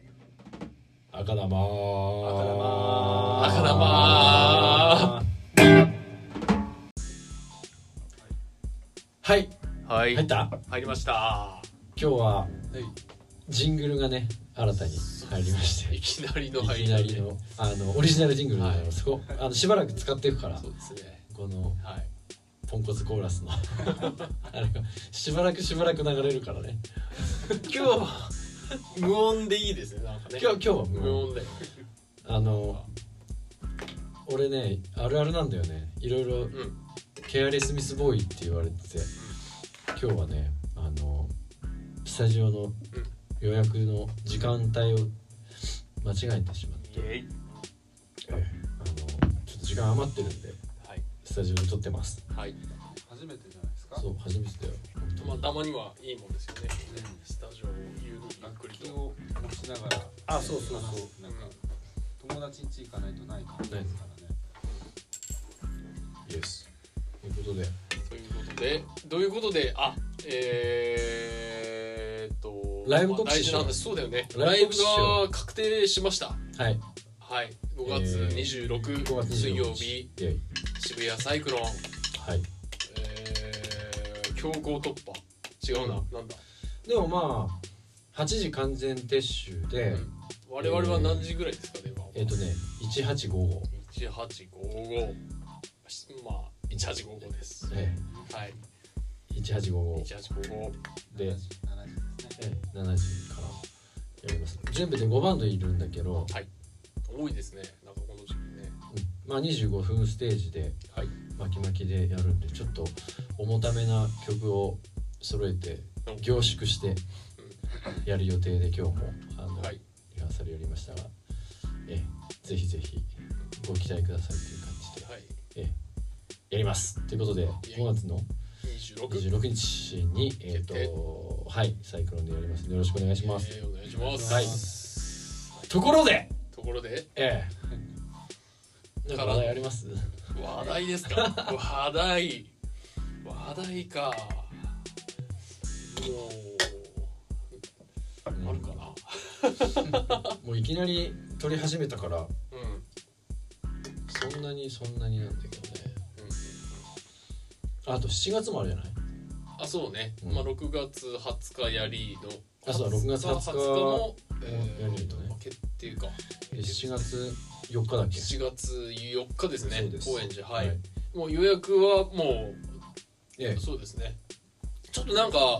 赤玉赤玉赤玉はいはい入った入りましたは今日はいジングルがね新たに入りましていきなりのい入きなりのあのオリジナルジングルだから、はいそこあのしばらく使っていくからそうですねこのはいポンコツコーラスの あれがしばらくしばらく流れるからね今日は無音でいいですねなんかね今日今日は無無音音であの俺ねあるあるなんだよねいろいろうんケアレスミスボーイって言われてて今日はねあのスタジオの予約の時間帯を間違えてしまって、イエイあのちょっと時間余ってるんではいスタジオで撮ってますはい初めてじゃないですかそう初めてだよまあたまにはいいもんですよねスタジオをゆるゆっく楽り器とを持ちながらあそうそうそう話すなんか友達ん家行かないとない感じですからねイエスということでということでどういうことであえーっとライブ告知まあ大事なしよう話そうだよねラライイブブ告知しようが確定しましたはいはい5月えー26 5月水25曜日日イエイ渋谷サイクロンはいえー強行突破違うな、うなんだでもまあ8時完全撤収で、うん我々は何時ぐらいですかね、今えっ、とね1855、 1855しまあ1855ですえはいえ、1855 1855で7時7時ですねええ7時からやります全部で5バンドいるんだけど、多いですねなんかこの時期ねまあ、25分ステージではい巻き巻きでやるんでちょっと重ためな曲を揃えて凝縮してやる予定で今日もあの、はいリハーサルやりましたが、ええ、ぜひぜひご期待くださいという感じではいやりますということで5月の26 26日にえっ、決とはいサイクロンでやりますんでよろしくお願いします、えーお願いします、はいところでところでええなんか話題あります話題ですか話題話題かもうあるかなもういきなり撮り始めたからうん、うんそんなにそんなになんだけどねあと7月もあるじゃないあそうね、うんまあ6月20日やりのあそうだ6月20日も、えやーりとねまあ決定かで7月4日だっけ7月4日ですねそうです高円寺はい、もう予約はもえうそうですねちょっとなんかあ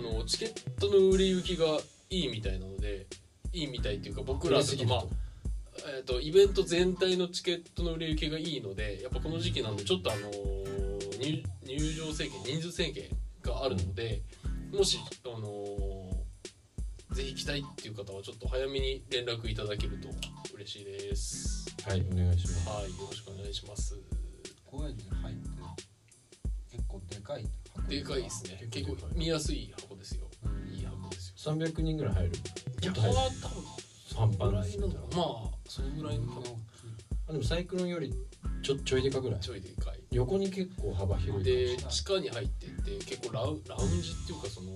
のチケットの売れ行きがいいみたいなのでいいみたいっていうかえ僕らすとぎかるまあえー、とイベント全体のチケットの売れ行きがいいのでやっぱこの時期なんでちょっとあのー入入場制限人数制限があるのでもしあのーぜひ来たいっていう方はちょっと早めに連絡いただけると嬉しいですはいお願いしますはいよろしくお願いします高円寺入って結構でかい箱でかいですね結結構構でかい見やすい箱ですようんいい箱ですよ300人ぐらい入るいちょやっこと入れるは多分半そのぐ端らでいすなみのたいかななまあそのぐらいのかなあでもサイクロンよりちょちょいでかぐらいちょいでかい横に結構幅広いで感地下に入ってって結構ラウラウンジっていうかその、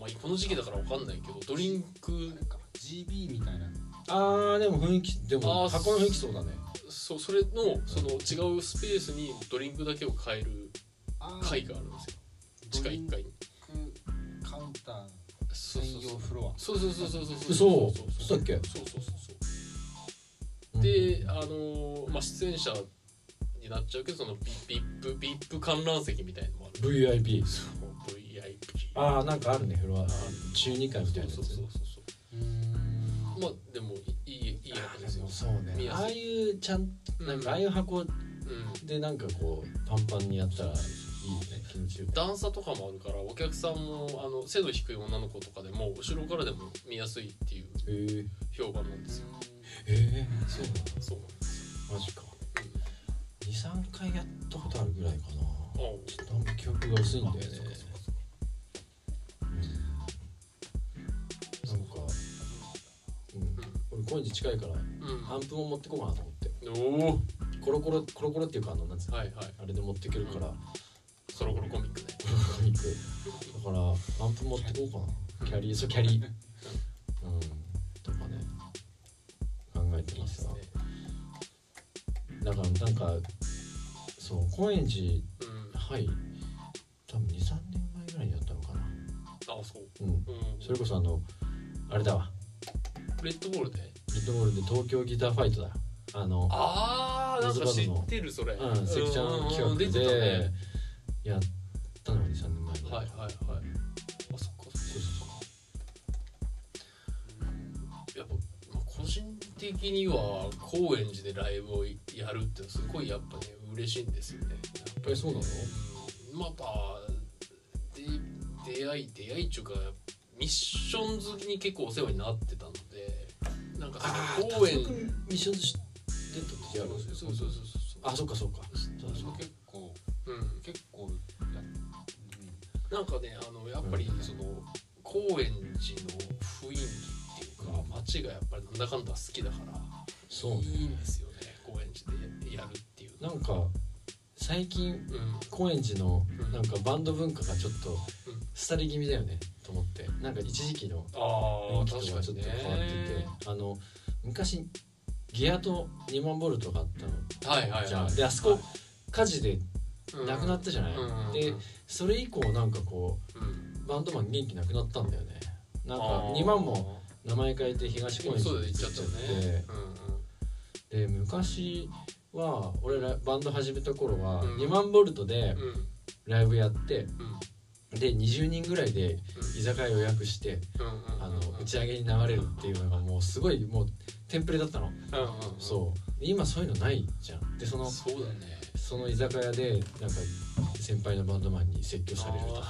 まあ、この時期だからわかんないけどドリンクなんか GB みたいなじあーでも雰囲気でもあー箱の雰囲気そうだねそそれのその違うスペースにドリンクだけを買えるあー階があるんですよ地下1階にドリンクカウンターそうそ専うそ用うフロアそうそうそうそうそう嘘そう嘘だっけそうそうそうそううんであのーまあ出演者になっちゃうけどそのビビップビップ観覧席みたいのもある VIP そう VIP ああなんかあるねフロア中2階みたいなやつそうそうそうそううーんまあでもいいいいいい箱ですでよもそう見ねやすいああいうちゃんなんかああいう箱うんでなんかこうパンパンにやったらいいよね気持ちよく段差とかもあるからお客さんもあの背の低い女の子とかでも後ろからでも見やすいっていうえー、評判なんですよえー、そうそうなんですよ、なのマジかうん23回やったことあるぐらいかなああちょっとあんま記憶が薄いんだよねそうかそうかうんなんかうん俺高円寺近いからうんアンプも持ってこうかなと思っておおコロコロコロコロっていうかあのなんつうのはいはいあれで持ってけるからソロコロコミックねコロコロ肉だからアンプ持ってこうかなキャリーそうキャリーうんとかね考えていいまですすがねだからなんかそう高円寺うんはい多分23年前ぐらいにやったのかなあそううんうんそれこそあのあれだわレッドボールでリッドボールで東京ギターファイトだあのああなんか知ってるそれうん関ちゃんう企ん出画てたでねやったのが23年前ぐらはいはいそうはいあそっかそっかそうそやっぱまあ個人的には高円寺でライブをやるってすごいやっぱね嬉しいんですよねやっぱえそうなのうんまあやっぱで出会い出会いっていうかミッション好きに結構お世話になってたのでなんかそのう高円寺ミッションズしてた時あるんですそうそうそうそうあそっかそっかそう私そもう結構うん結構やっなんかねあのやっぱりうんその高円寺の雰囲気っていうかうん街がやっぱりなんだかんだ好きだからそうねいいんですよね高円寺でやるっていうなんか最近うん高円寺のうんなんかバンド文化がちょっとうん廃れ気味だよねと思ってなんか一時期のあ雰囲あ気と確かかちょにっとね変わっててあの昔ギアと2万ボルトがあったのはいはいじゃはあいであそこ火事でうんなくなったじゃないうんでそれ以降なんかこうんうバンドマン元気なくなったんだよねなんか2万も名前変えて東高円そう寺だに言移っっちちゃゃっったてよねで昔は俺らバンド始めた頃はうん2万ボルトでうんうんうんライブやってうんで20人ぐらいで居酒屋予約してうんうんあの打ち上げに流れるっていうのがもうすごいもうテンプレだったのうんうんうんそうで今そういうのないじゃんでそのそうだねその居酒屋でなんか先輩のバンドマンに説教されるとか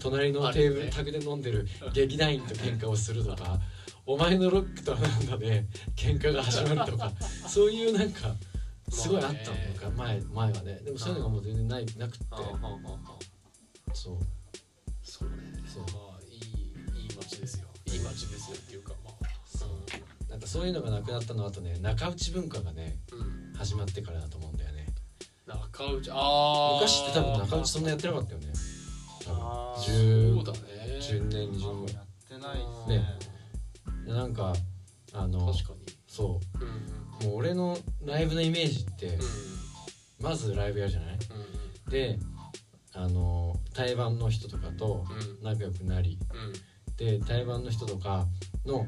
隣のテーブあるルね宅で飲んでる劇団員と喧嘩をするとかお前のロックとはなんだで喧嘩が始まる とかそういうなんかすごいあったのなんか前前はねでもそういうのがもう全然ないなくってあーはんはんはんはんそうそうねそうまあいいいい街ですよいい街ですよっていうかまあなんかそういうのがなくなったのあとね中内文化がねうんうん始まってからだと思うんだよね中内ああ昔って多分中内そんなやってなかったよね多分あ10ーそうだね10年て20やってないですねね年なんかあの確かにそううんうんもう俺のライブのイメージってうまずライブやるじゃないんうんであの台湾の人とかとうんうん仲良くなりうんで台湾の人とかの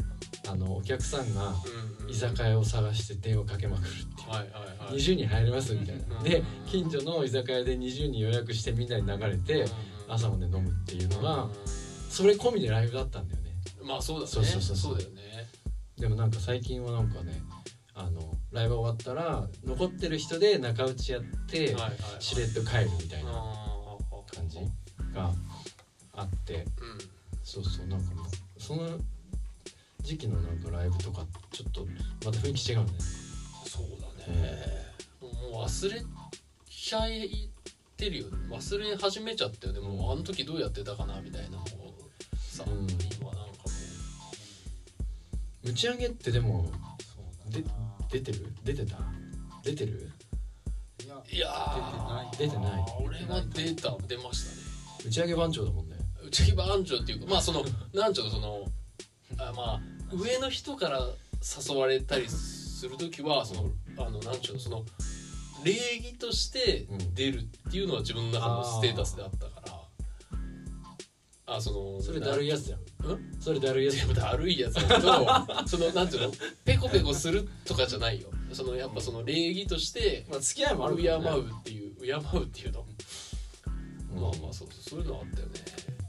あのお客さんがうんうん居酒屋を探して電話かけまくるっていう。はいはいはい20人入れますみたいなうんで近所の居酒屋で20人予約してみんなに流れて朝まで飲むっていうのがそれ込みでライブだったんだよねまあそうだねそうそうそうそうだよねでもなんか最近はなんかねあのライブ終わったら残ってる人で仲打ちやって、はいはいはいしれっと帰るみたいなあー感じがあってうんそうそうなんかもうその時期のなんかライブとかちょっとまた雰囲気違うねそうだねもう忘れちゃいてるよね忘れ始めちゃったよねもうあの時どうやってたかなみたいなのをさうん今なんかも打ち上げってでもそうだな出てる出てた出てるいやういやー出てない俺は出た出ましたね打ち上げ番長だもんねうちは番長っていうかまあそのなんちゅうのそのあまあ上の人から誘われたりする時はそのあのなんちゅうのその礼儀として出るっていうのは自分の中のステータスであったから、あそのそれだるいやつじゃんうんそれだるいやつでもだるいやつだけどそのなんていうのペコペコするとかじゃないよそのやっぱその礼儀としてまあ付き合いもある敬けどねうっていう敬うっていうの、うんまあまあそうそうそういうのあったよね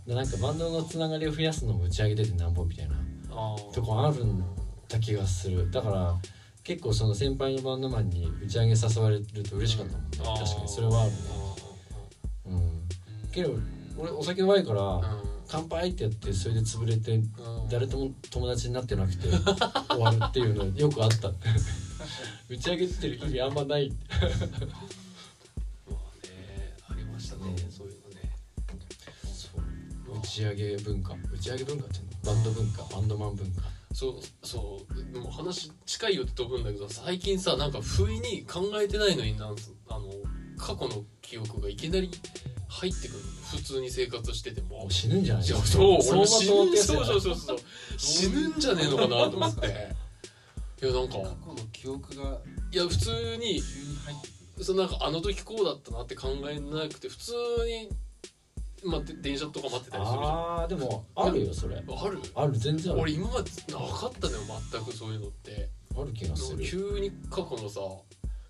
でなんかバンドのつながりを増やすのも打ち上げ出てなんぼみたいなあーとこあるんだ気がするだから結構その先輩のバンドマンに打ち上げ誘われると嬉しかったもんね、あー確かにそれはあるねうんけど俺お酒弱いから、乾杯ってやってそれで潰れてうんうん誰とも友達になってなくて終わるっていうのよくあった 打ち上げってる意味あんまないまあねありましたね、うんそういうのね打ち上げ文化打ち上げ文化っていうのバンド文化バンドマン文化そうそうでも話近いよって飛ぶんだけど最近さなんか不意に考えてないのになんすあの過去の記憶がいきなり入ってくるの普通に生活しててもう死ぬんじゃないいでやすかそう相俺も場死相ぬ当そうそううそうそう死ぬんじゃねえのかなと思っていやなんか過去の記憶がいや普通に急に入ってくるそのなんかあの時こうだったなって考えなくて普通に、まあ、で電車とか待ってたりするじゃんああーでもあるよそれるある全然あ俺る今までなかったのよ全くそういうのってある気がする急に過去のさ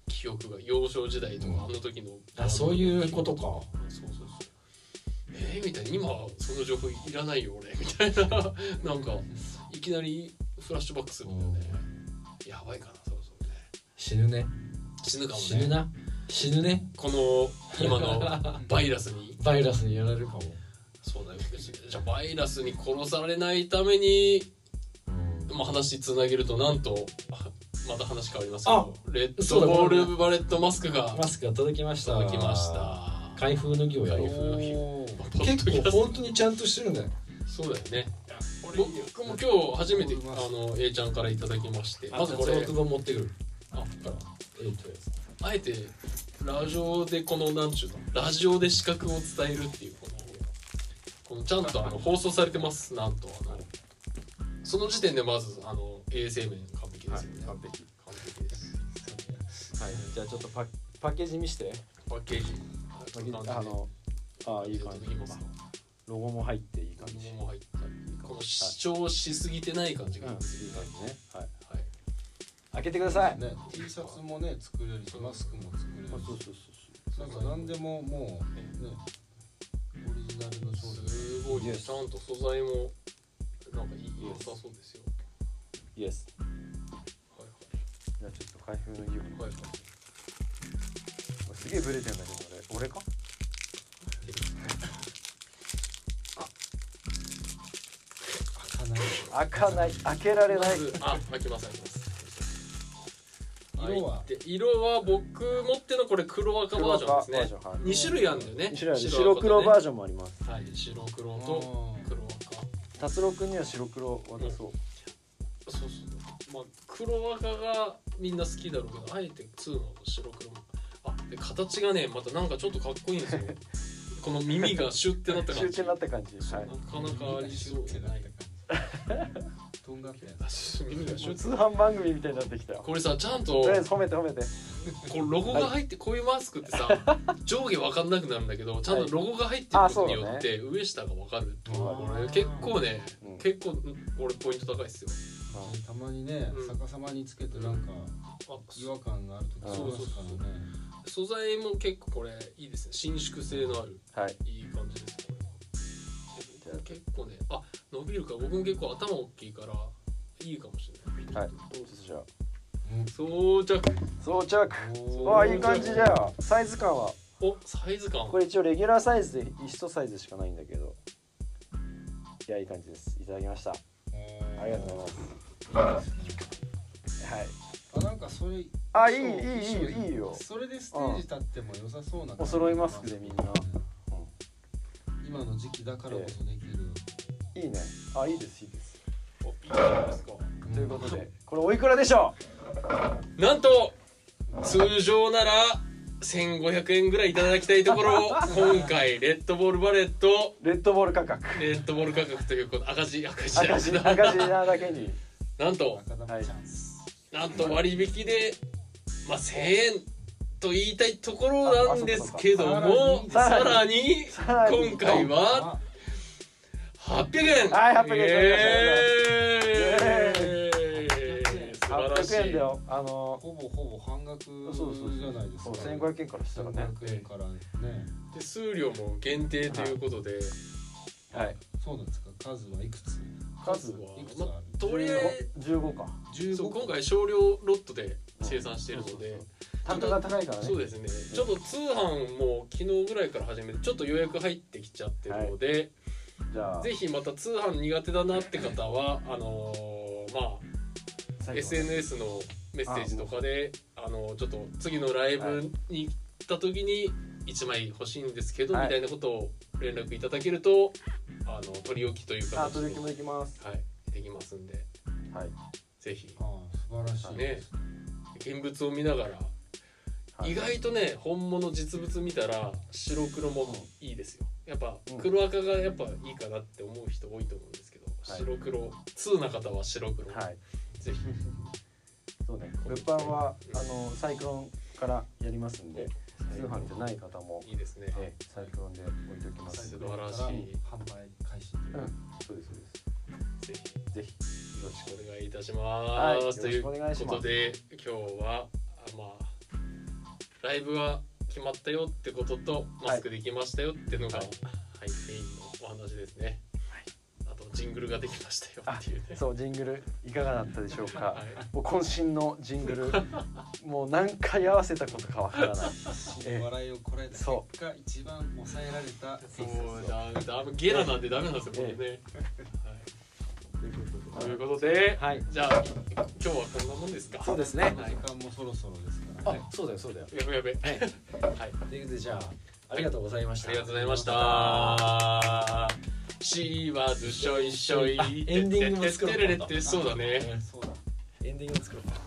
記憶が幼少時代とか、うんあの時のあそういうことかそうそうそうえー、みたいな今その情報いらないよ俺みたいな なんかいきなりフラッシュバックするんだよねやばいかなそろそろね死ぬね死ぬかもね死ぬな死ぬねこの 今のバイラスにバイラスにやられるかもそうだよじゃあバイラスに殺されないために、うんまあ、話つなげるとなんとあまた話変わりますけどレッそうドだボールバレットマスクがマスクが届きました届きました開封の儀をやる開封の儀ポッ結ドキャスト構本当にちゃんとしてるんだよそうだよね僕も今日初めてうまあいの A ちゃんからいただきましてままずずここれれ僕も持ってくるあからえっとあえてラジオでこのなんちゅうのラジオで視覚を伝えるっていうこのこのちゃんとあの放送されてますなんとあのその時点でまずあの衛生面完璧ですよね、完璧完璧ですはいじゃあちょっとパパッケージ見してパッケージあのあいい感じ今もロゴも入っていい感じも入ったこの主張しすぎてない感じうんがいいいい感ですじね、ねはいはい開けてくださいね T シャツもね作れるしマスクも作れるあそうそうしそうなんか何でももうねオリジナルの商品すごいねちゃんと素材もなんかいい良さそうですよイエスはいはじゃあちょっと開封の儀いはいはいをすげえブレてんだけど俺俺か開かない開かない開けられないまずあ開きます開きます色は開いて色は僕持ってのこれ黒赤バージョンですね黒赤バージョンはい二種類あるんだよね白い白黒バージョンもありますョンはい白黒あとー黒赤達郎くんには白黒渡そうそうそうまあ黒赤がみんな好きだろうけどあえて2の白黒もあで形がねまたなんかちょっとかっこいいん ですよこの耳がシュッてなった終感じ点になった感じはないかなかありそうでないとんがったやあそう耳がシもュうッて通販番組みたいになってきたよこれさちゃんととりあえず褒めて褒めてこうロゴが入ってこういうマスクってさ上下わかんなくなるんだけどちゃんとロゴが入ってることによあそうだって上下がわかるつわこれ結構ねうん結構俺ポイント高いっすよはいたまにねうん逆さまにつけてなんか違和感があるとあーきそうですからね素材も結構これいいですね伸縮性のあるはいいい感じですこれは結構ねあ伸びるから僕も結構頭大きいからいいかもしれないはいちょっとじゃあ装着装着おーわあいい感じだよサイズ感はおサイズ感これ一応レギュラーサイズで一サイズしかないんだけどいやいい感じですいただきましたありがとうございますはいあなんかそれあいいいい衣装いいよいいよそれでステージ立っても良さそうな感じお揃いマスクでみんな今の時期だからこそできるいいねあいいですいいですおいいじゃないですかということでこれおいくらでしょなんと通常なら1500円ぐらいいただきたいとこ ろを今回レッドボールバレットうレッドボール価格レッドボール価格ということ赤字赤字赤字 赤字なだ けになんと赤玉チャンスなんと割引で、まあ、1000円と言いたいところなんですけどもあさあそっかそっからにさらに今回はあ800円はい800円えーイ素晴らしい800円だよあのほぼほぼ半額じそうそうそうゃないですか1500円からしたらね1500円からねで数量も限定ということで、はいそうなんですか数はいくつ数ははいくつまああるとりあえ15かず15そう今回少量ロットで生産してるので、そうそうそう単価が高いからねそうですねちょっと通販も昨日ぐらいから始めてちょっと予約入ってきちゃってるので、じゃあぜひまた通販苦手だなって方はあのーまあ最後 SNS のメッセージとかであのーちょっと次のライブに行った時に1枚欲しいんですけど、はいみたいなことを連絡いただけるとあの取り置きというあ形で取り置きもできますはい、できますんではいぜひああ素晴らしいね現物を見ながらはい意外とね本物実物見たら白黒もいいですよやっぱ黒赤がやっぱいいかなって思う人多いと思うんですけど、はい白黒通な方は白黒、はいぜひそうね物販はあのサイクロンからやりますんで通販じゃない方も、いいですねえサイクロンで置いておきます素ん晴でらしい販売開始うんそうですそぜひうですぜひよろしくお願いいたします。はいよろしくお願いしますということで今日はあまあライブが決まったよってこととマスクできましたよっていうのが、ははいいメインのお話ですね。あとジングルができましたよっていうね。そうジングルいかがだったでしょうか、はいもう渾身のジングルもう何回合わせたことかわからないええ笑いをこらえた結そ果一番抑えられたそうだだゲラなんてダメなんですよこれね。はい、ということで、はいじゃあ今日はこんなもんですか。そうですねこの時間もそろそろですからねあそうだよそうだよやべやべ。はい。ということでじゃあありがとうございましあたりがとうございました。シーワーズしょいしょい。あエンディングも作ろうテレレってそうだね。エンディングを作ろう